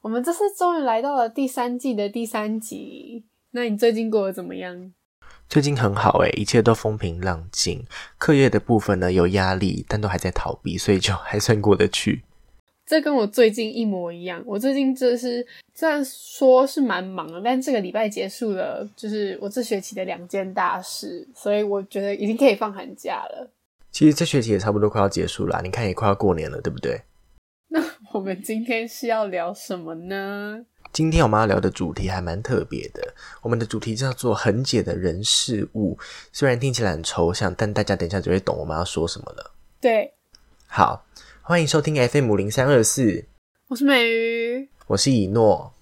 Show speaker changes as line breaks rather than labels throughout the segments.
我们这次终于来到了第三季的第三集。那你最近过得怎么样？
最近很好诶、一切都风平浪静。课业的部分呢有压力，但都还在逃避，所以就还算过得去。
这跟我最近一模一样。我最近就是虽然说是蛮忙的，但这个礼拜结束了，就是我这学期的两件大事，所以我觉得已经可以放寒假了。
其实这学期也差不多快要结束啊啦，你看也快要过年了，对不对？
那我们今天是要聊什么呢？
今天我们要聊的主题还蛮特别的，我们的主题叫做“恒解的人事物”，虽然听起来很抽象，但大家等一下就会懂我们要说什么了。
对，
好，欢迎收听 FM 零三二四，
我是美鱼。
我是以诺。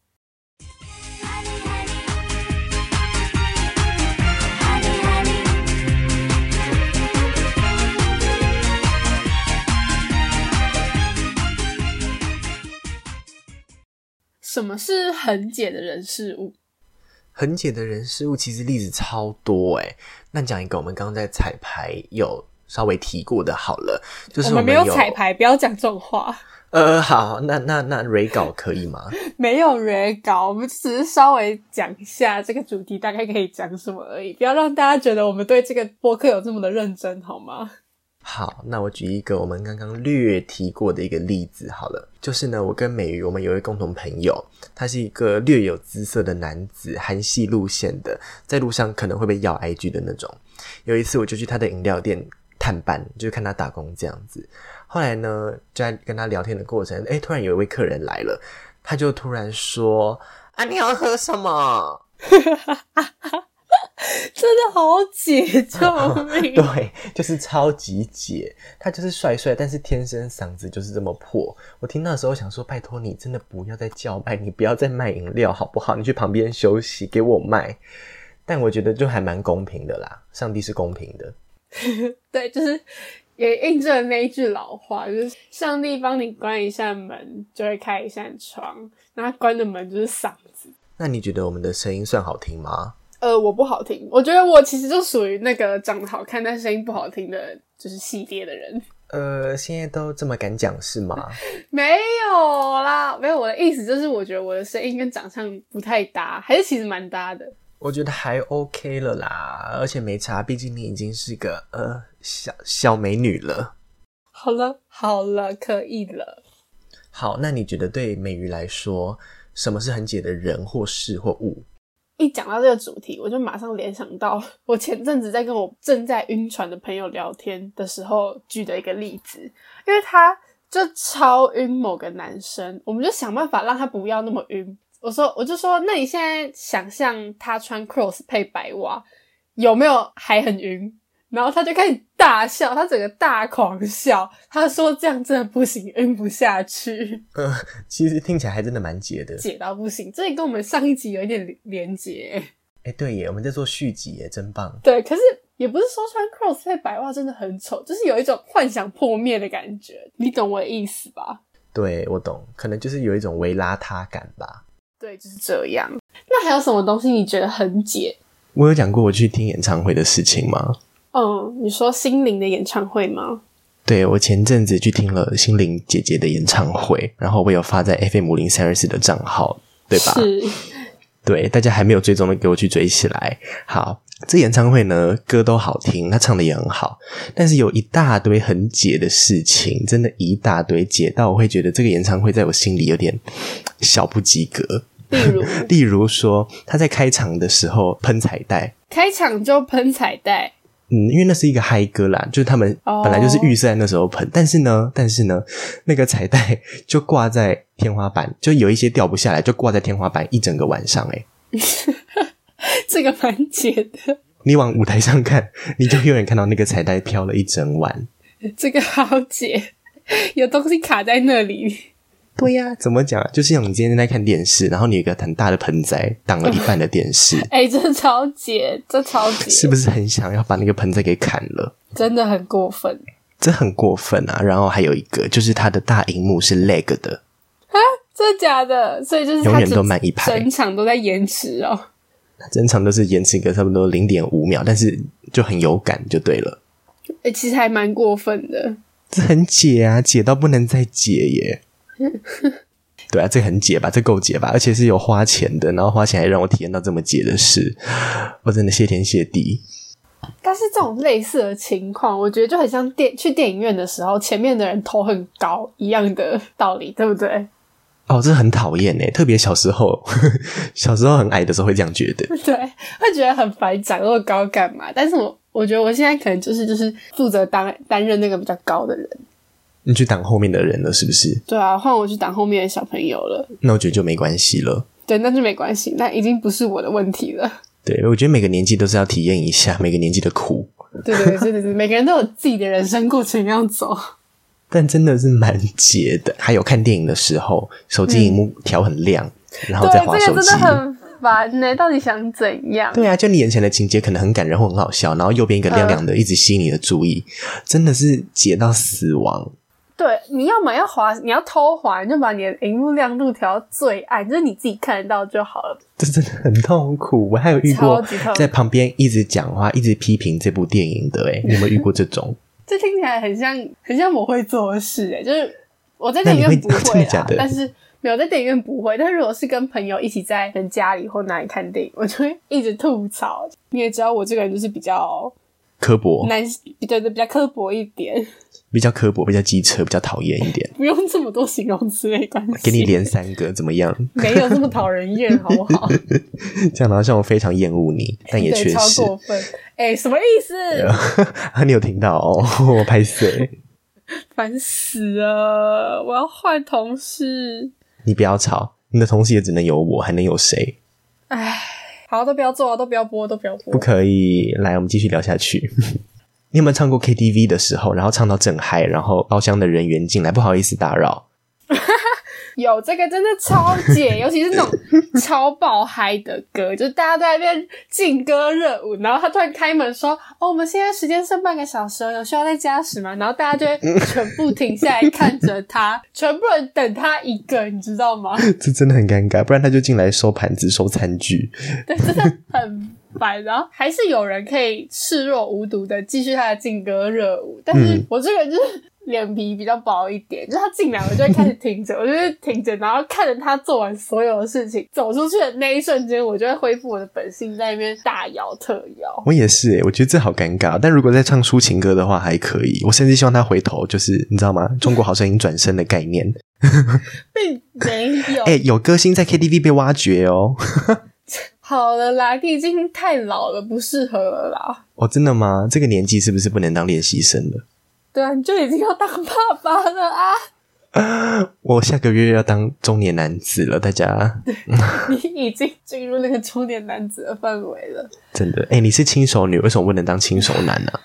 什么是很解的人事物？
恒解的人事物其实例子超多诶、那讲一个我们刚刚在彩排有稍微提过的，好了，就是
我们没
有
彩。排，不要讲这种话。
呃，好，那那那 re 稿可以吗？
没有人搞，我们只是稍微讲一下这个主题大概可以讲什么而已，不要让大家觉得我们对这个播客有这么的认真，好吗？
好，那我举一个我们刚刚略提过的一个例子好了，就是呢，我跟美瑜我们有一位共同朋友，他是一个略有姿色的男子，韩系路线的，在路上可能会被要 IG 的那种。有一次我就去他的饮料店探班，就是看他打工这样子。后来呢，就在跟他聊天的过程，哎，突然有一位客人来了，他就突然说：“啊，你要喝什么？”
真的好解，救 命！
对，就是超级姐，他就是帅帅，但是天生嗓子就是这么破。我听到的时候想说，拜托你真的不要再叫卖，你不要再卖饮料好不好？你去旁边休息，给我卖。但我觉得就还蛮公平的啦，上帝是公平的。
对，就是也印证了那一句老话，就是上帝帮你关一扇门，就会开一扇窗，那他关的门就是嗓子。
那你觉得我们的声音算好听吗？
呃，我不好听，我觉得我其实就属于那个长得好看但声音不好听的，就是系列的人。
呃，现在都这么敢讲是 吗？
没有啦，没有。我的意思就是，我觉得我的声音跟长相不太搭，还是其实蛮搭的。
我觉得还 OK 了啦，而且没差，毕竟你已经是个呃小小美女了。
好了，好了，可以了。
好，那你觉得对美鱼来说，什么是很解的人或事或物？
一讲到这个主题，我就马上联想到我前阵子在跟我正在晕船的朋友聊天的时候举的一个例子，因为他就超晕某个男生，我们就想办法让他不要那么晕。我说，我就说，那你现在想象他穿 cross 配白袜，有没有还很晕？然后他就开始大笑，他整个大狂笑，他说这样真的不行，晕不下去，
呃，其实听起来还真的蛮解的。
解到不行。这也跟我们上一集有一点连连结、
哎，对耶，我们在做续集耶，真棒。
对，可是也不是说穿 cross 配白袜真的很丑，就是有一种幻想破灭的感觉，你懂我的意思吧？
对我懂，可能就是有一种微邋遢感吧。
对，就是这样。那还有什么东西你觉得很解？
我有讲过我去听演唱会的事情吗？
嗯，你说心灵的演唱会吗？
对我前阵子去听了心灵姐姐的演唱会，然后我有发在 FM 零三二四的账号，对吧？
是，
对，大家还没有追踪的，给我去追起来。好，这演唱会呢，歌都好听，他唱的也很好，但是有一大堆很解的事情，真的，一大堆解到我会觉得这个演唱会在我心里有点小不及格。
例如
例如说，他在开场的时候喷彩带，
开场就喷彩带，
嗯，因为那是一个嗨歌啦，就是他们
哦
本来就是预设在那时候喷，但是呢，但是呢，那个彩带就挂在天花板，就有一些掉不下来，就挂在天花板一整个晚上、欸，
这个蛮解的，
你往舞台上看，你就永远看到那个彩带飘了一整晚。
这个好解，有东西卡在那里。
对呀、怎么讲啊？就是像你今天在看电视，然后你有一个很大的盆栽挡了一半的电 视，
哎、这超解，这超解，
是不是很想要把那个盆栽给砍了？
真的很过分。
这很过分啊！然后还有一个就是它的大荧幕是 lag 的，
真的假的？所以就是他
永远
整
都慢一拍
整场都在延迟哦。
整场都是延迟个差不多零点五秒，但是就很有感就对了。
哎、其实还蛮过分的。
这很解啊，解到不能再解耶！对啊，这很解吧？这够解吧？而且是有花钱的，然后花钱还让我体验到这么解的事，我真的谢天谢地。
但是这种类似的情况，我觉得就很像电去电影院的时候，前面的人头很高一样的道理，对不对？
哦，这很讨厌哎，特别小时候， 小时候很矮的时候会这样觉得。
对，会觉得很烦，长那么高干嘛？但是我我觉得我现在可能就是就是负责当担任那个比较高的人。
你去挡后面的人了，是不是？
对啊，换我去挡后面的小朋友了。
那我觉得就没关系了。
对，那就没关系，那已经不是我的问题了。
对，我觉得每个年纪都是要体验一下每个年纪的苦，
对对对对对对，每个人都有自己的人生过程要走。
但真的是蛮解的。还有看电影的时候，手机荧幕调很亮，然后再划
嗯对，这
手
个
机。
真的很烦呢、到底想怎样？
对啊，就你眼前的情节可能很感人或很好笑，然后右边一个
嗯
亮亮的一直吸引你的注意，真的是解到死亡。
对，你要么要滑，你要偷滑，你就把你的荧幕亮度调到最暗，就是你自己看得到就好了。
这真的很痛苦，我还有遇
超
过
级痛苦
在旁边一直讲话、一直批评这部电影的、欸， 你有没有遇过这种？
这听起来很像，很像我会做的事哎、就是我在
那
电
你
影
会
院不
真的
会
假
啦
的，
但是没有在电影院不会，但是如果是跟朋友一起在人家里或哪里看电影，我就会一直吐槽。你也知道我这个人就是比较
刻薄，
难，比较比较刻薄一点，
比较刻薄，比较机车，比较讨厌一点。
不用这么多形容词没关系。
给你连三个怎么样？
没有这么讨人厌，好不 好？
这样好像我非常厌恶你，但也
对，
确
超
实。
过分。哎、什么意思？
啊，你有听到哦？ 我拍谁？
烦死了！我要换同事。
你不要吵，你的同事也只能有我，还能有谁？
好，都不要做啊，都不要播，都不要播
不。可以。来，我们继续聊下去。 你有没有唱过 KTV 的时候，然后唱到正嗨，然后包厢的人员进来，不好意思打扰？
有这个真的超解，尤其是那种超爆嗨的歌，就是大家都在那边劲歌热舞，然后他突然开门说：“哦，我们现在时间剩半个小时哦了，有需要再加时吗？”然后大家就会全部停下来看着他，全部人等他一个，你知道吗？
这真的很尴尬，不然他就进来收盘子、收餐具。
对，真的很烦。然后还是有人可以视若无睹的继续他的劲歌热舞，但是
嗯
我这个人就是脸皮比较薄一点，就是他进来我就会开始停着，我就会停着，然后看着他做完所有的事情，走出去的那一瞬间，我就会恢复我的本性，在那边大摇特摇。
我也是、欸，我觉得这好尴尬。但如果在唱抒情歌的话，还可以。我甚至希望他回头，就是你知道吗？中国好声音转身的概念。
并没有，
哎、有歌星在 KTV 被挖掘哦。
好了啦，你已经太老了，不适合了啦。
哦，真的吗？这个年纪是不是不能当练习生了？
对啊，你就已经要当爸爸了啊！
我下个月要当中年男子了，大家
你已经进入那个中年男子的范围了。
真的。哎、你是轻熟女，为什么不能当轻熟男呢、啊？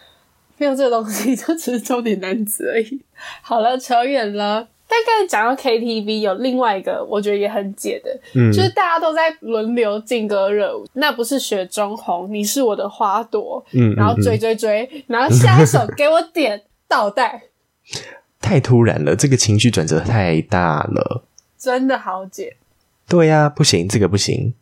没有这个东西，就只是中年男子而已。 好了，扯远了。但刚才讲到 KTV，有另外一个我觉得也很解的，
嗯
就是大家都在轮流劲歌热舞，那不是雪中红，你是我的花朵，
嗯
然后
嗯嗯
追追追，然后下一首给我点倒带，
太突然了，这个情绪转折太大了。
真的好解，
对呀、不行，这个不行。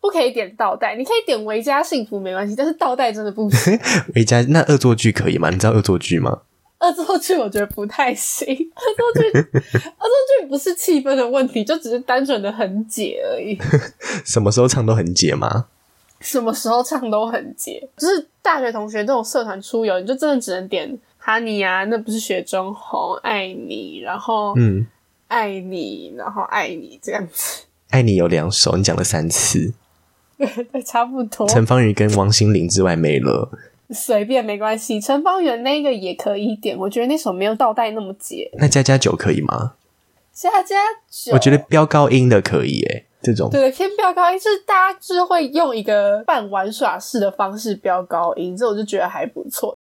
不可以点倒带，你可以点维嘉幸福没关系，但是倒带真的不 行，
维嘉，那恶作剧可以吗？你知道恶作剧吗？
恶作剧我觉得不太行，恶作剧 恶作剧不是气氛的问题，就只是单纯的很解而已。
什么时候唱都很解吗？
什么时候唱都很解，就是大学同学这种社团出游，你就真的只能点哈尼啊，那不是雪中红，爱你，然后
嗯，
爱你，然后爱你这样子，
爱你有两首，你讲了三次。
对，差不多，
陈芳宇跟王心凌之外没了。
随便没关系。陈方圆那个也可以点，我觉得那首没有倒带那么解。
那加加酒可以吗？
加加酒，
我觉得飙高音的可以耶，这种
对，偏飙高音就是大家就是会用一个半玩耍式的方式飙高音，这我就觉得还不错。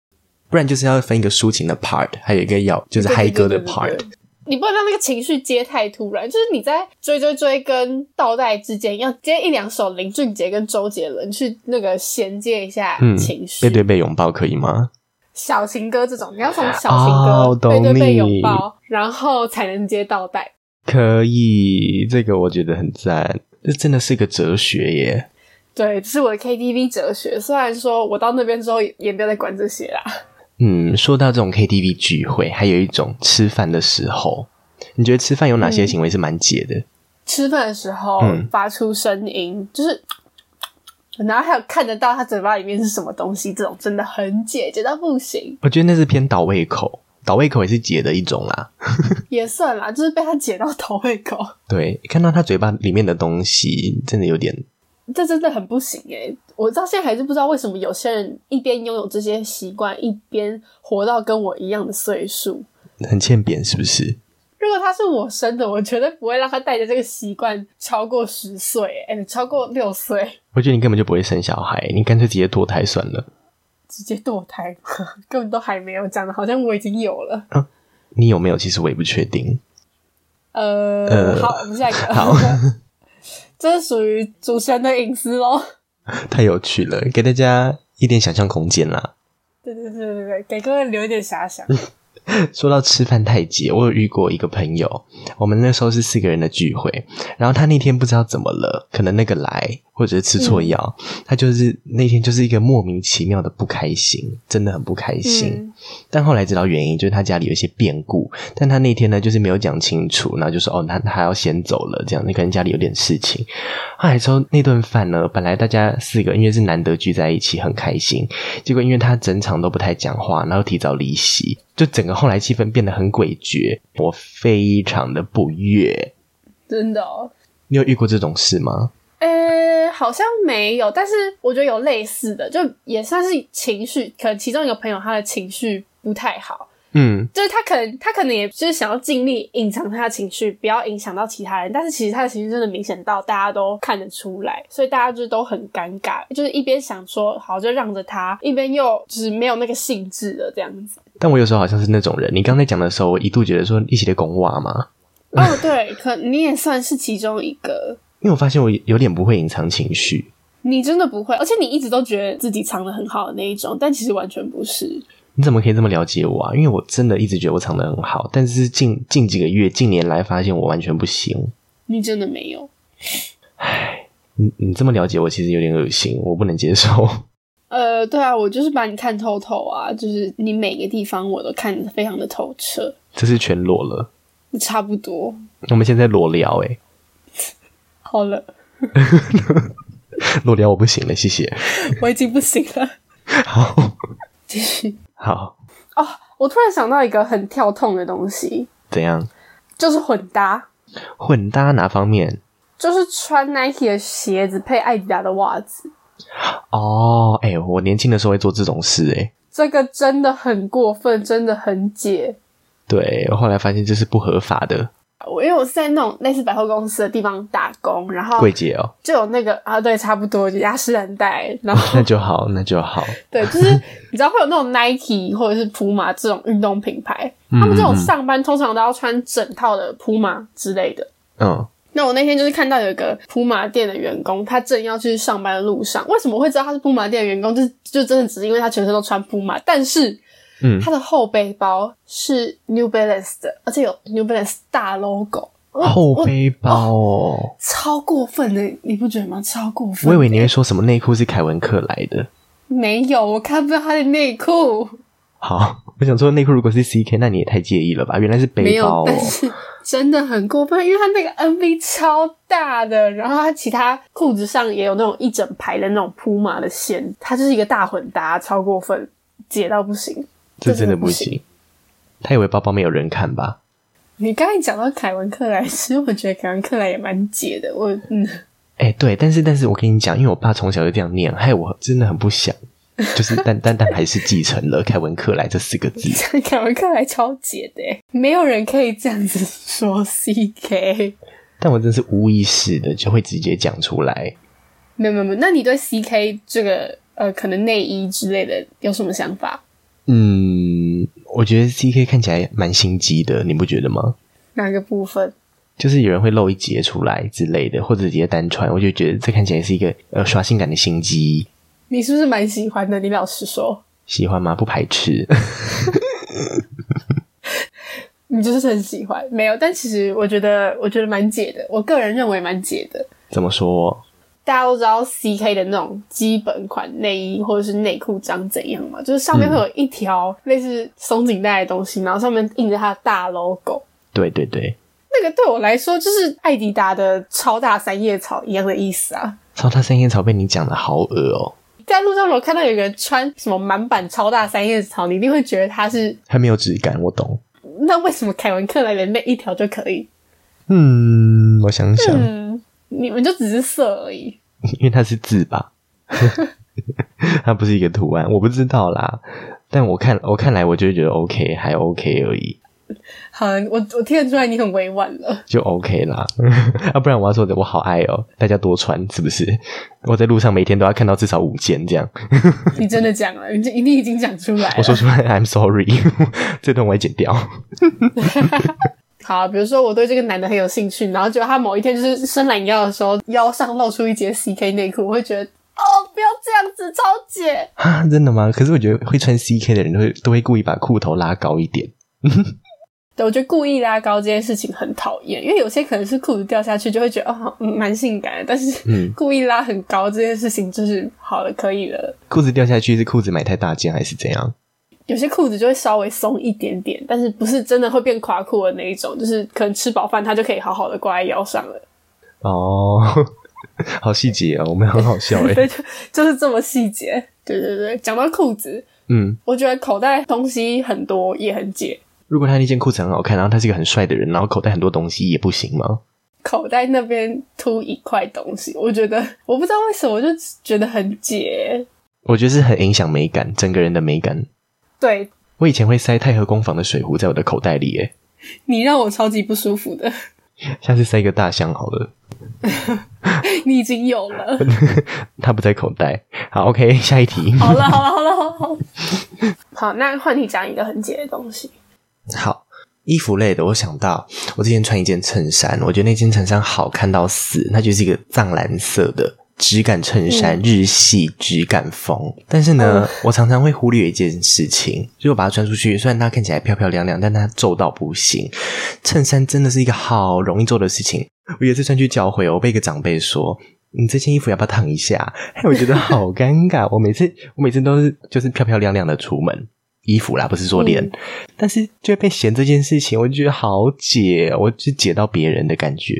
不然就是要分一个抒情的 part，还有一个要就是嗨歌的 part
对对对对对对你不能让那个情绪接太突然，就是你在追追追跟倒带之间要接一两首林俊杰跟周杰伦去那个衔接一下
嗯
情绪。
背对背拥抱可以吗？
小情歌这种，你要从小情歌、
哦
背
懂
对背
你
拥抱，然后才能接倒带。
可以，这个我觉得很赞，这真的是个哲学耶。
对，这是我的 KTV 哲学。虽然说我到那边之后也也不要再管这些啦。
嗯，说到这种 KTV 聚会，还有一种吃饭的时候，你觉得吃饭有哪些行为是蛮解的？
吃饭的时候
嗯
发出声音，就是。然后还有看得到他嘴巴里面是什么东西，这种真的很解决到不行，
我觉得那是偏倒胃口，倒胃口也是解的一种啦。
也算啦，就是被他解到头胃口，
对，看到他嘴巴里面的东西，真的有点
这真的很不行诶、我到现在还是不知道为什么有些人一边拥有这些习惯，一边活到跟我一样的岁数。
很欠扁，是不是？
如果他是我生的，我绝对不会让他带着这个习惯超过十岁、哎、超过六岁，
我觉得你根本就不会生小孩，你干脆直接堕胎算了。
直接堕胎， 根本都还没有讲的，好像我已经有了。
你有没有？其实我也不确定。
呃，
呃
好，我们下一个，
好，
这是属于主持人的隐私喽。
太有趣了，给大家一点想象空间啦。
对对对对对，给各位留一点遐
嗯
想。
说到吃饭太急，我有遇过一个朋友，我们那时候是四个人的聚会，然后他那天不知道怎么了，可能那个来或者是吃错药，他就是那天就是一个莫名其妙的不开心，真的很不开心。
嗯，
但后来知道原因就是他家里有一些变故，但他那天呢就是没有讲清楚，然后就说哦，他他要先走了，这样那个人家里有点事情。后来之后那顿饭呢，本来大家四个因为是难得聚在一起，很开心，结果因为他整场都不太讲话，然后提早离席，就整个后来气氛变得很诡谲，我非常的不悦。
真的哦。
你有遇过这种事吗？
呃，好像没有，但是我觉得有类似的，就也算是情绪，可能其中一个朋友他的情绪不太好，
嗯，
就是他可能他可能也就是想要尽力隐藏他的情绪，不要影响到其他人，但是其实他的情绪真的明显到大家都看得出来，所以大家就是都很尴尬，就是一边想说好就让着他，一边又就是没有那个兴致了这样子。
但我有时候好像是那种人。你刚才讲的时候，我一度觉得说一起的拱娃嘛，
哦，对，可你也算是其中一个。
因为我发现我有点不会隐藏情绪。
你真的不会，而且你一直都觉得自己藏的很好的那一种，但其实完全不是。
你怎么可以这么了解我啊？因为我真的一直觉得我藏得很好，但是近近几个月、近年来发现我完全不行。
你真的没有。
你你这么了解我，其实有点恶心，我不能接受。
呃，对啊，我就是把你看透透啊，就是你每个地方我都看得非常的透彻，
这是全裸了，
差不多。
我们现在裸聊欸诶、
好了，
裸聊我不行了，谢谢。
我已经不行了。
好
继续
好，
哦，我突然想到一个很跳痛的东西，
怎样？
就是混搭，
混搭哪方面？
就是穿 Nike 的鞋子配艾迪达的袜子，
哦，哎、我年轻的时候会做这种事欸诶、
这个真的很过分，真的很解。
对，我后来发现这是不合法的，
我因为我是在那种类似百货公司的地方打工，然后
柜姐哦。
就有那个啊，对，差不多就雅诗兰黛，然后
那就好，那就好。
对，就是你知道会有那种 Nike 或者是 Puma 这种运动品牌，
嗯
他们这种上班通常都要穿整套的 Puma 之类的。
嗯，
那我那天就是看到有一个 Puma 店的员工，他正要去上班的路上，为什么会知道他是 Puma 店的员工？就是就真的只是因为他全身都穿 Puma，但是
嗯
他的后背包是 New Balance 的，而且有 New Balance 大 logo，我
嗯后
我
背包哦，
超过分的，你不觉得吗？超过分！
我以为你会说什么内裤是凯文克来的。
没有，我看不到他的内裤。
好，我想说内裤如果是 CK，那你也太介意了吧？原来是
没
背
有，
包哦
但。是真的很过分，因为他那个 MV 超大的，然后他其他裤子上也有那种一整排的那种铺马的线，它就是一个大混搭，超过分，解到不行。
这真的不
这真
行。他以为包包没有人看吧？
你刚才讲到凯文克莱，其实我觉得凯文克莱也蛮解的，我嗯，
哎，对，但是但是我跟你讲，因为我爸从小就这样念，害我真的很不想，就是但但但还是继承了凯文克莱这四个字。
凯文克莱超解的耶，没有人可以这样子说 CK。
但我真是无意识的就会直接讲出来。
没有没有没有，那你对 CK 这个呃可能内衣之类的有什么想法？
嗯，我觉得 CK 看起来蛮心机的，你不觉得吗？
哪个部分？
就是有人会露一截出来之类的，或者直接单穿，我就觉得这看起来是一个呃耍性感的心机，
你是不是蛮喜欢的？你老实说，
喜欢吗？不排斥。
你就是很喜欢。没有，但其实我觉得，我觉得蛮解的。我个人认为蛮解的。
怎么说？
大家都知道 CK 的那种基本款内衣或者是内裤长怎样嘛，就是上面会有一条类似松紧带的东西，然后上面印着它的大 logo。
对对对，
那那个对我来说就是艾迪达的超大三叶草一样的意思啊。
超大三叶草被你讲的好恶哦、
在路上如果看到有个人穿什么满版超大三叶草，你一定会觉得他是
很没有质感，我懂。
那为什么凯文克莱的那一条就可以？
嗯，我想想，
嗯，你们就只是色而已。
因为它是字吧， 它不是一个图案，我不知道啦。但我看我看来，我就会觉得 OK，还 OK 而已，
好，我我听得出来你很委婉了。
就 OK 啦。 啊，不然我要说的，我好爱哦，大家多穿是不是？ 我在路上每天都要看到至少五件这样。
你真的讲了，你这一定已经讲出来了。
我说出来，I'm sorry，这 段我也剪掉。
好，比如说我对这个男的很有兴趣，然后结果他某一天就是伸懒腰的时候，腰上露出一截 CK 内裤，我会觉得哦，不要这样子，超姐。
啊，真的吗？可是我觉得会穿 CK 的人都会都会故意把裤头拉高一点。
对，我觉得故意拉高这件事情很讨厌，因为有些可能是裤子掉下去就会觉得哦，嗯蛮性感的，但是
嗯
故意拉很高这件事情就是好了，可以了。
裤子掉下去是裤子买太大件还是怎样？
有些裤子就会稍微松一点点，但是不是真的会变垮裤的那一种，就是可能吃饱饭它就可以好好的挂在腰上了。
哦， 好细节哦，我们很好笑哎。
对，就 就是这么细节。对对对，讲到裤子，
嗯，
我觉得口袋东西很多也很解。
如果他那件裤子很好看，然后他是一个很帅的人，然后口袋很多东西也不行吗？
口袋那边凸一块东西，我觉得我不知道为什么，我就觉得很解。
我觉得是很影响美感，整个人的美感。
对
我以前会塞太和工坊的水壶在我的口袋里，诶，
你让我超级不舒服的，
下次塞一个大箱好了，
你已经有了。
它不在口袋。好，OK，下一题。
好了好了好了好了好了，好，那换你讲一个很解的东西。
好，衣服类的，我想到我之前穿一件衬衫，我觉得那件衬衫好看到死，它就是一个藏蓝色的质感衬衫，日系质感风。但是呢，我常常会忽略一件事情，就是我把它穿出去，虽然它看起来漂漂亮亮，但它皱到不行。衬衫真的是一个好容易皱的事情。我有一次穿去教会，我被一个长辈说。你这件衣服要不要烫一下？ 哎，我觉得好尴尬。我每次我每次都是就是漂漂亮亮的出门，衣服啦，不是说脸。
嗯
但是就会被嫌这件事情，我就觉得好解，我就解到别人的感觉。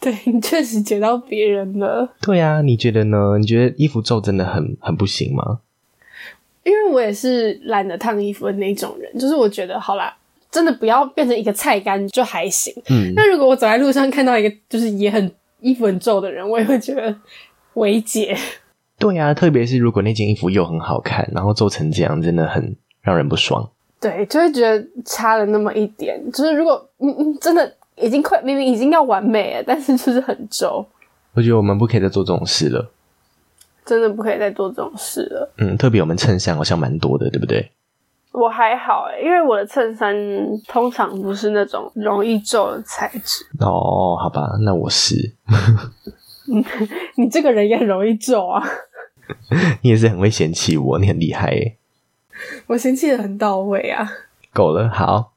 对你确实解到别人了。
对啊，你觉得呢？你觉得衣服皱真的很很不行吗？
因为我也是懒得烫衣服的那种人，就是我觉得好啦，真的不要变成一个菜干就还行。
嗯，
那如果我走在路上看到一个就是也很衣服很皱的人，我也会觉得为解。
对啊，特别是如果那件衣服又很好看，然后皱成这样，真的很让人不爽。
对，就会觉得差了那么一点。就是如果嗯嗯，真的已经快明明已经要完美了，但是就是很皱，
我觉得我们不可以再做这种事了。
真的不可以再做这种事了。
嗯，特别我们衬衫好像蛮多的，对不对？
我还好欸因为我的衬衫通常不是那种容易皱的材质。
哦，好吧，那我是
你这个人也很容易皱啊，
你也是很会嫌弃我，你很厉害耶。
我嫌弃的很到位啊。
够了，好，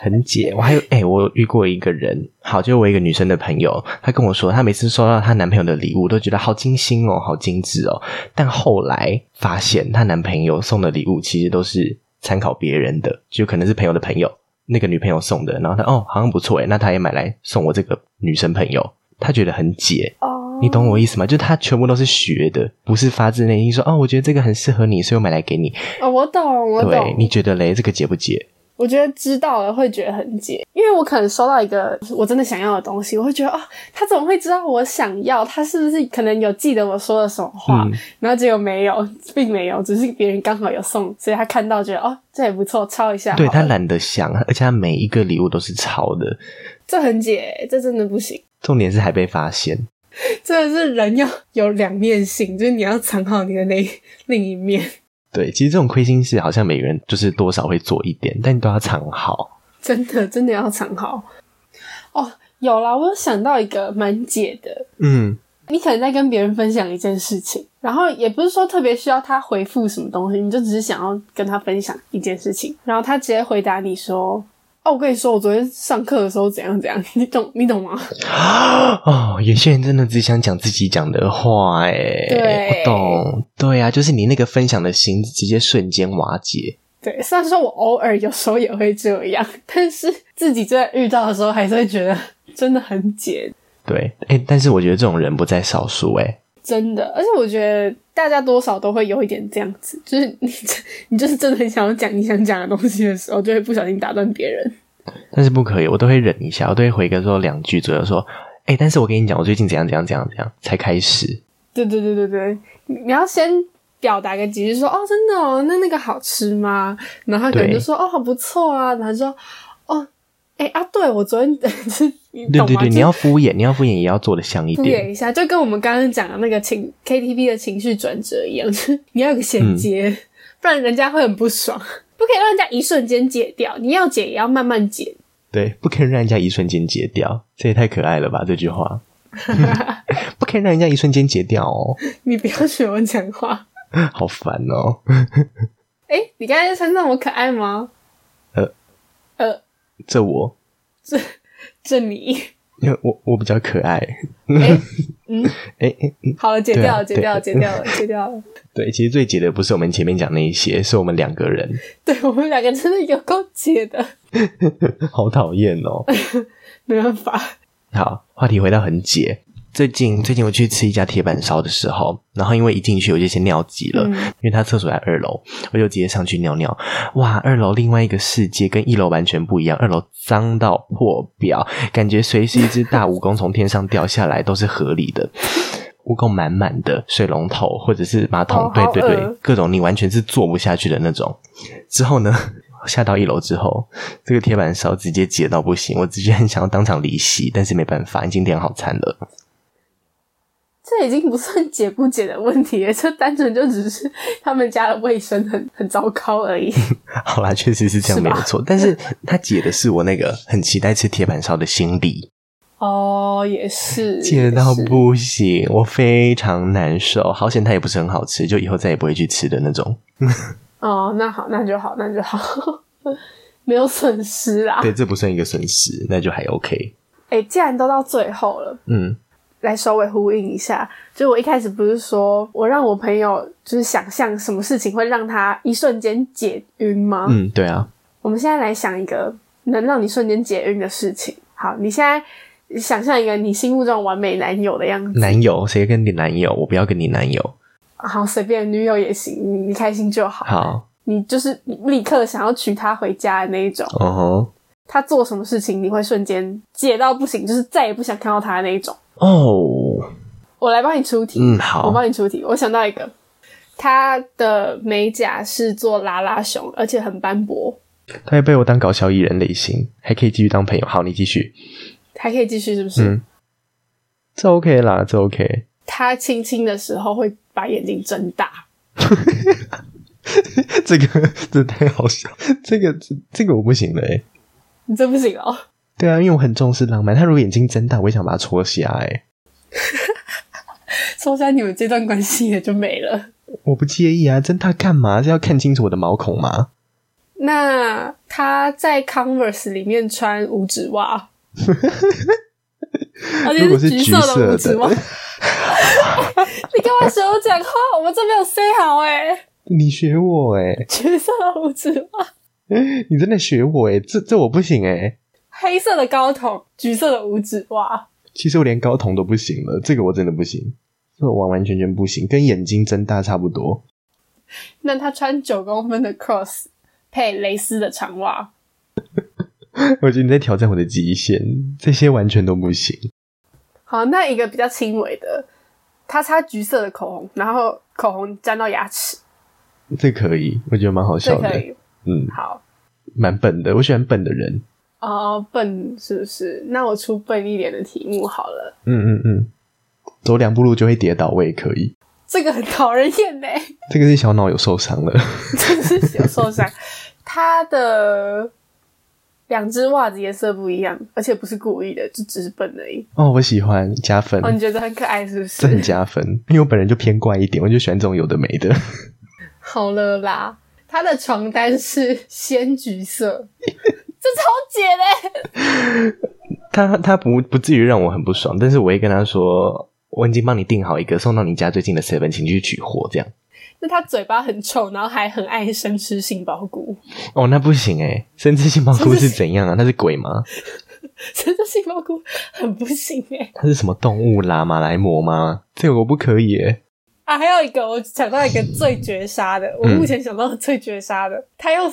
很解。我还有，哎、我遇过一个人，好，就是我一个女生的朋友，她跟我说，她每次收到她男朋友的礼物，都觉得好精心哦，好精致哦。但后来发现，她男朋友送的礼物其实都是参考别人的，就可能是朋友的朋友，那个女朋友送的。然后她哦，好像不错哎，那她也买来送我这个女生朋友，她觉得很解。
哦
你懂我意思吗？就是她全部都是学的，不是发自内心说哦，我觉得这个很适合你，所以我买来给你。
哦，我懂，我
对，
懂。
你觉得嘞？这个解不解？
我觉得知道了会觉得很解，因为我可能收到一个 我真的想要的东西，我会觉得哦，他怎么会知道我想要？他是不是可能有记得我说了什么话？
嗯
然后结果没有，并没有，只是别人刚好有送，所以他看到觉得哦，这也不错，抄一下好
对
了。
他懒得想，而且他每一个礼物都是抄的，
这很解，这真的不行，
重点是还被发现。
真的是人要有两面性，就是你要藏好你的那另一面。
对，其实这种亏心事好像每个人就是多少会做一点，但你都要藏好。
真的真的要藏好。哦，有啦，我有想到一个蛮解的。
嗯，
你可能在跟别人分享一件事情，然后也不是说特别需要他回复什么东西，你就只是想要跟他分享一件事情，然后他直接回答你说：“哦，我跟你说，我昨天上课的时候怎样怎样，你懂你懂吗
哦，有些人真的只想讲自己讲的话，哎，
对
我懂。对啊，就是你那个分享的心直接瞬间瓦解。？”
对，虽然说我偶尔有时候也会这样，但是自己真的遇到的时候，还是会觉得真的很解，
对，哎、但是我觉得这种人不在少数，哎，
真的。而且我觉得大家多少都会有一点这样子，就是你 你就是真的很想要讲你想讲的东西的时候，就会不小心打断别人。
但是不可以，我都会忍一下，我都会回个说两句左右，说，哎、但是我跟你讲，我最近怎样怎样怎样怎样才开始，
对对对对对，你你要先表达个几句说哦，真的哦，那那个好吃吗？然后他可能
对
就说哦，好不错啊，然后就说哦，哎啊，对我昨天 就是你
对
懂
对
吗？
对，
就是
你要敷衍，你要敷衍也要做的像一
敷
点
衍，一下，就跟我们刚刚讲的那个情 KTV 的情绪转折一样，就是你要有个衔接，
嗯
不然人家会很不爽。不可以让人家一瞬间解掉，你要解也要慢慢解。
对，不可以让人家一瞬间解掉，这也太可爱了吧！这句 话，不可以让人家一瞬间解掉哦，
你不要学我讲话。
好烦哦。
哎、你刚才称赞我可爱吗？
呃
呃，
这我，
这你，
因为我我比较可爱，
哎、嗯，
哎、哎嗯
好了，解掉了，
对
解掉
啊
了，
对
解掉了，解掉了。
对，其实最解的不是我们前面讲那一些，是我们两个人，
对我们两个真的有够解的，
好讨厌 哦。
没办法。
好，话题回到很解。最近最近我去吃一家铁板烧的时候，然后因为一进去我就先尿急了，
嗯
因为他厕所在二楼，我就直接上去尿尿。哇，二楼另外一个世界跟一楼完全不一样，二楼脏到破表，感觉随时一只大蜈蚣从天上掉下来都是合理的。 蜈蚣满满的水龙头或者是马桶，
哦
对
好
对对
恶，
各种你完全是坐不下去的那种。之后呢， 下到一楼之后，这个铁板烧直接解到不行，我直接很想要当场离席，但是没办法，已经点好餐了。
这已经不算解不解的问题了，这单纯就只是他们家的卫生很很糟糕而已。
好啦，确实是这样
是
没
吧
有错，但是他解的是我那个很期待吃铁板烧的心理，
哦，也是，
解到
也是
不行，我非常难受。好险它也不是很好吃，就以后再也不会去吃的那种。
哦，那好，那就好，那就好， 没有损失啦。
对，这不算一个损失，那就还 OK。
哎、既然都到最后了，
嗯，
来稍微呼应一下，就我一开始不是说我让我朋友就是想象什么事情会让他一瞬间解晕吗？
嗯，对啊，
我们现在来想一个能让你瞬间解晕的事情。好，你现在想象一个你心目中完美男友的样子，
男友谁跟你男友？我不要跟你男友。
好，随便女友也行，你你开心就好。
好，
你就是立刻想要娶她回家的那一种，
哦吼，
她做什么事情你会瞬间解到不行，就是再也不想看到她的那一种。
哦，
我来帮你出题，
嗯，
我
好，
帮你出题。我想到一个，她的美甲是做拉拉熊，而且很斑驳，
他也被我当搞笑艺人类型，还可以继续当朋友。好，你继续，
还可以继续是不是？
嗯这 OK 啦，这 OK。
她亲亲的时候会把眼睛睁大。
这个这太好笑，这个这这个我不行了哎。
你这不行哦，
对啊，因为我很重视浪漫。他如果眼睛睁大，我也想把他戳瞎哎。
说下你们这段关系也就没了。
我不介意啊，睁大干嘛？是要看清楚我的毛孔吗？
那他在 Converse 里面穿五指 袜，而且
如果
是
橘
色的五
色
指袜。
的，
你干嘛学我讲话？我们这没有 say 好哎、
你学我哎，
橘色的五指袜，
你真的学我哎，这这我不行哎。
黑色的高筒，橘色的五指袜。
其实我连高筒都不行了，这个我真的不行，这我完完全全不行，跟眼睛睁大差不多。
那他穿九公分的 cross 配蕾丝的长袜。
我觉得你在挑战我的极限，这些完全都不行。
好，那一个比较轻微的，他擦橘色的口红，然后口红沾到牙齿，
这可以，我觉得蛮好
这
笑
可
的，
以。
嗯，
好，
蛮笨的，我喜欢笨的人。
哦，笨是不是？那我出笨一点的题目好了，
嗯嗯嗯，走两步路就会跌倒，我也可以。
这个很讨人厌呢、
这个是小脑有受伤了，
真是有受伤。他的两只袜子颜色不一样，而且不是故意的，就只是笨而已。
哦，我喜欢加分，
哦，你觉得很可爱是不
这很
是？
加分，因为我本人就偏怪一点，我就喜欢这种有的没的。
好了啦，他的床单是鲜橘色，这超解嘞、
他他不不至于让我很不爽，但是我会跟他说，我已经帮你订好一个送到你家最近的 seven，请去取货这样。
那他嘴巴很臭，然后还很爱生吃杏鲍菇，
哦，那不行哎、生吃杏鲍菇
生吃
是怎样啊？它是鬼吗？
生吃杏鲍菇很不行哎、
它是什么动物啦？马来貘吗？这个我不可以耶、
啊，还有一个，我想到一个最绝杀的，我
嗯
目前想到的最绝杀的，他用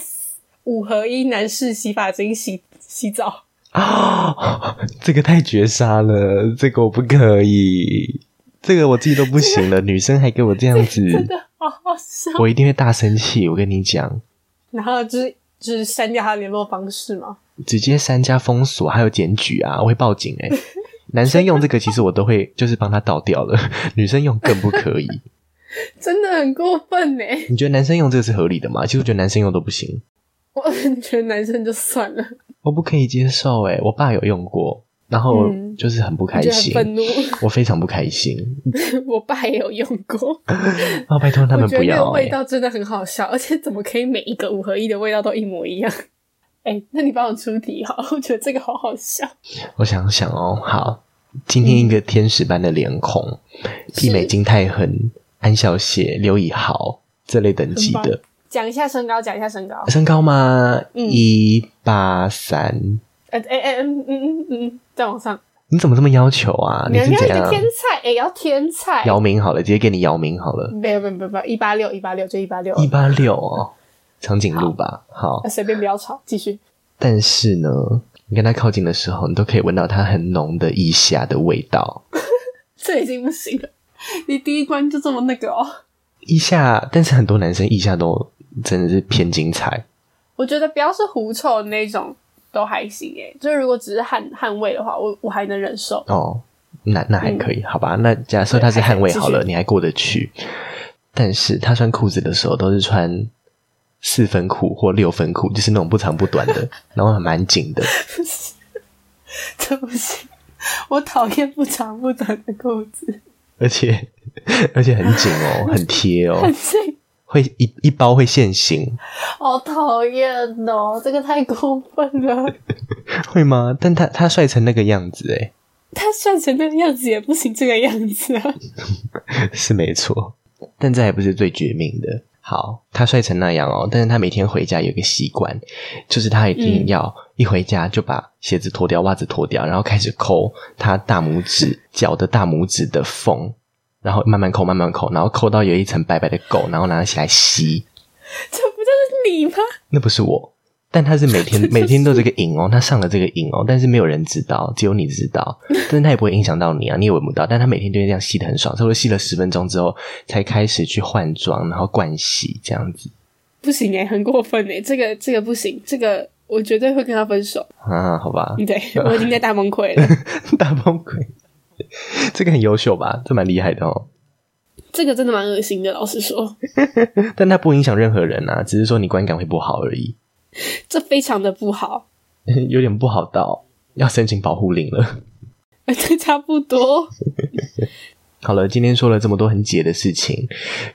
五合一男士洗发精洗洗澡，
啊，这个太绝杀了，这个我不可以，这个我自己都不行了，女生还给 我这样
真
子，
的好好笑。
我一定会大生气。我跟你讲，
然后就是就是删掉他的联络方式嘛，
直接三加封锁，还有检举啊，我会报警 哎、男生用这个，其实我都会就是帮他倒掉了， 女生用更不可以。
真的很过分呢。
你觉得男生用这个是合理的吗？其实我觉得男生用都不行，
我觉得男生就算了，
我不可以接受哎、我爸有用过，然后
嗯
就是很不
我
开
觉得很
心，
愤怒。
我非常不开心。
我爸也有用过，
啊，拜托他
我
们
觉得
不
那
要
个
哎、
味道真的很好笑，而且怎么可以每一个五合一的味道都一模一样？哎、那你帮我出题好，我觉得这个好好笑。
我想想哦，好，今天一个天使般的脸孔，
嗯
媲美金泰亨、安小谢、刘以豪这类等级
很棒
的
讲一下身高，讲一下身高。
身高吗？
嗯
一八三，
呃，哎哎嗯嗯嗯嗯，再往上，
你怎么这么要求啊？你
你要
是
要
怎
一个
样？
天才，也、要天才。
姚明好了，直接给你姚明好了，
没有没有没有没有，一八六一八六就一八六，
一八六哦，长颈鹿吧，好
啊。随便不要吵，继续。
但是呢，你跟他靠近的时候，你都可以闻到他很浓的腋下的味道，
这已经不行了， 你第一关就这么那个哦。
腋下。但是很多男生腋下都真的是偏精彩。
我觉得不要是狐臭的那种都还行诶，就是如果只是汗汗味的话，我我还能忍受。
哦，那那还可以，好吧？那假设他是捍卫好
嗯对还可以继
了，
续
你还过得去。但是他穿裤子的时候都是穿四分裤或六分裤，就是那种不长不短 的，然后还蛮紧的。
对不起，我讨厌不长不短的裤子，
而且而且很紧哦，很贴哦
很，近，
会一一包会现形，
好讨厌哦，这个太过分了。
会吗？但他他帅成那个样子，欸诶，
他帅成那个样子也不行这个样 子啊。
是没错。但这还不是最绝命的。好，他帅成那样哦，但是他每天回家有一个习惯，就是他一定要一回家就把鞋子脱掉、袜子脱掉，然后开始抠他大拇指脚的大拇指的缝，然后慢慢抠、慢慢抠，然后抠到有一层白白的垢，然后拿起来吸。
这不就是你吗？
那不是我，但他是每天每天都有这个瘾哦，他上了这个瘾哦，但是没有人知道，只有你知道，但是他也不会影响到你啊，你也闻不到，但他每天都会这样吸的很爽，差不多吸了十分钟之后，才开始去换装，然后灌洗这样子
不行哎、很过分哎、这个这个不行，这个我绝对会跟他分手。
啊，好吧，
对我已经在大崩溃了，
大崩溃，这个很优秀吧，这蛮厉害的哦，
这个真的蛮恶心的，老实说，
但他不影响任何人啊，只是说你观感会不好而已，
这非常的不好，
有点不好到要申请保护令了。
这差不多。
好了，今天说了这么多很解的事情，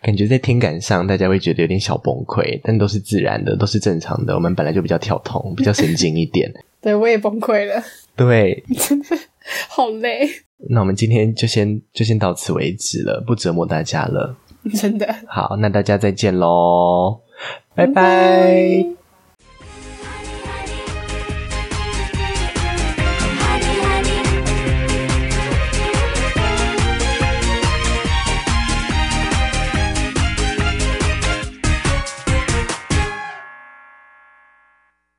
感觉在听感上大家会觉得有点小崩溃，但都是自然的，都是正常的。我们本来就比较跳通，比较神经一点。
对我也崩溃了，
对，
真的好累，
那我们今天就先就先到此为止了，不折磨大家了。
真的。
好，那大家再见喽，拜拜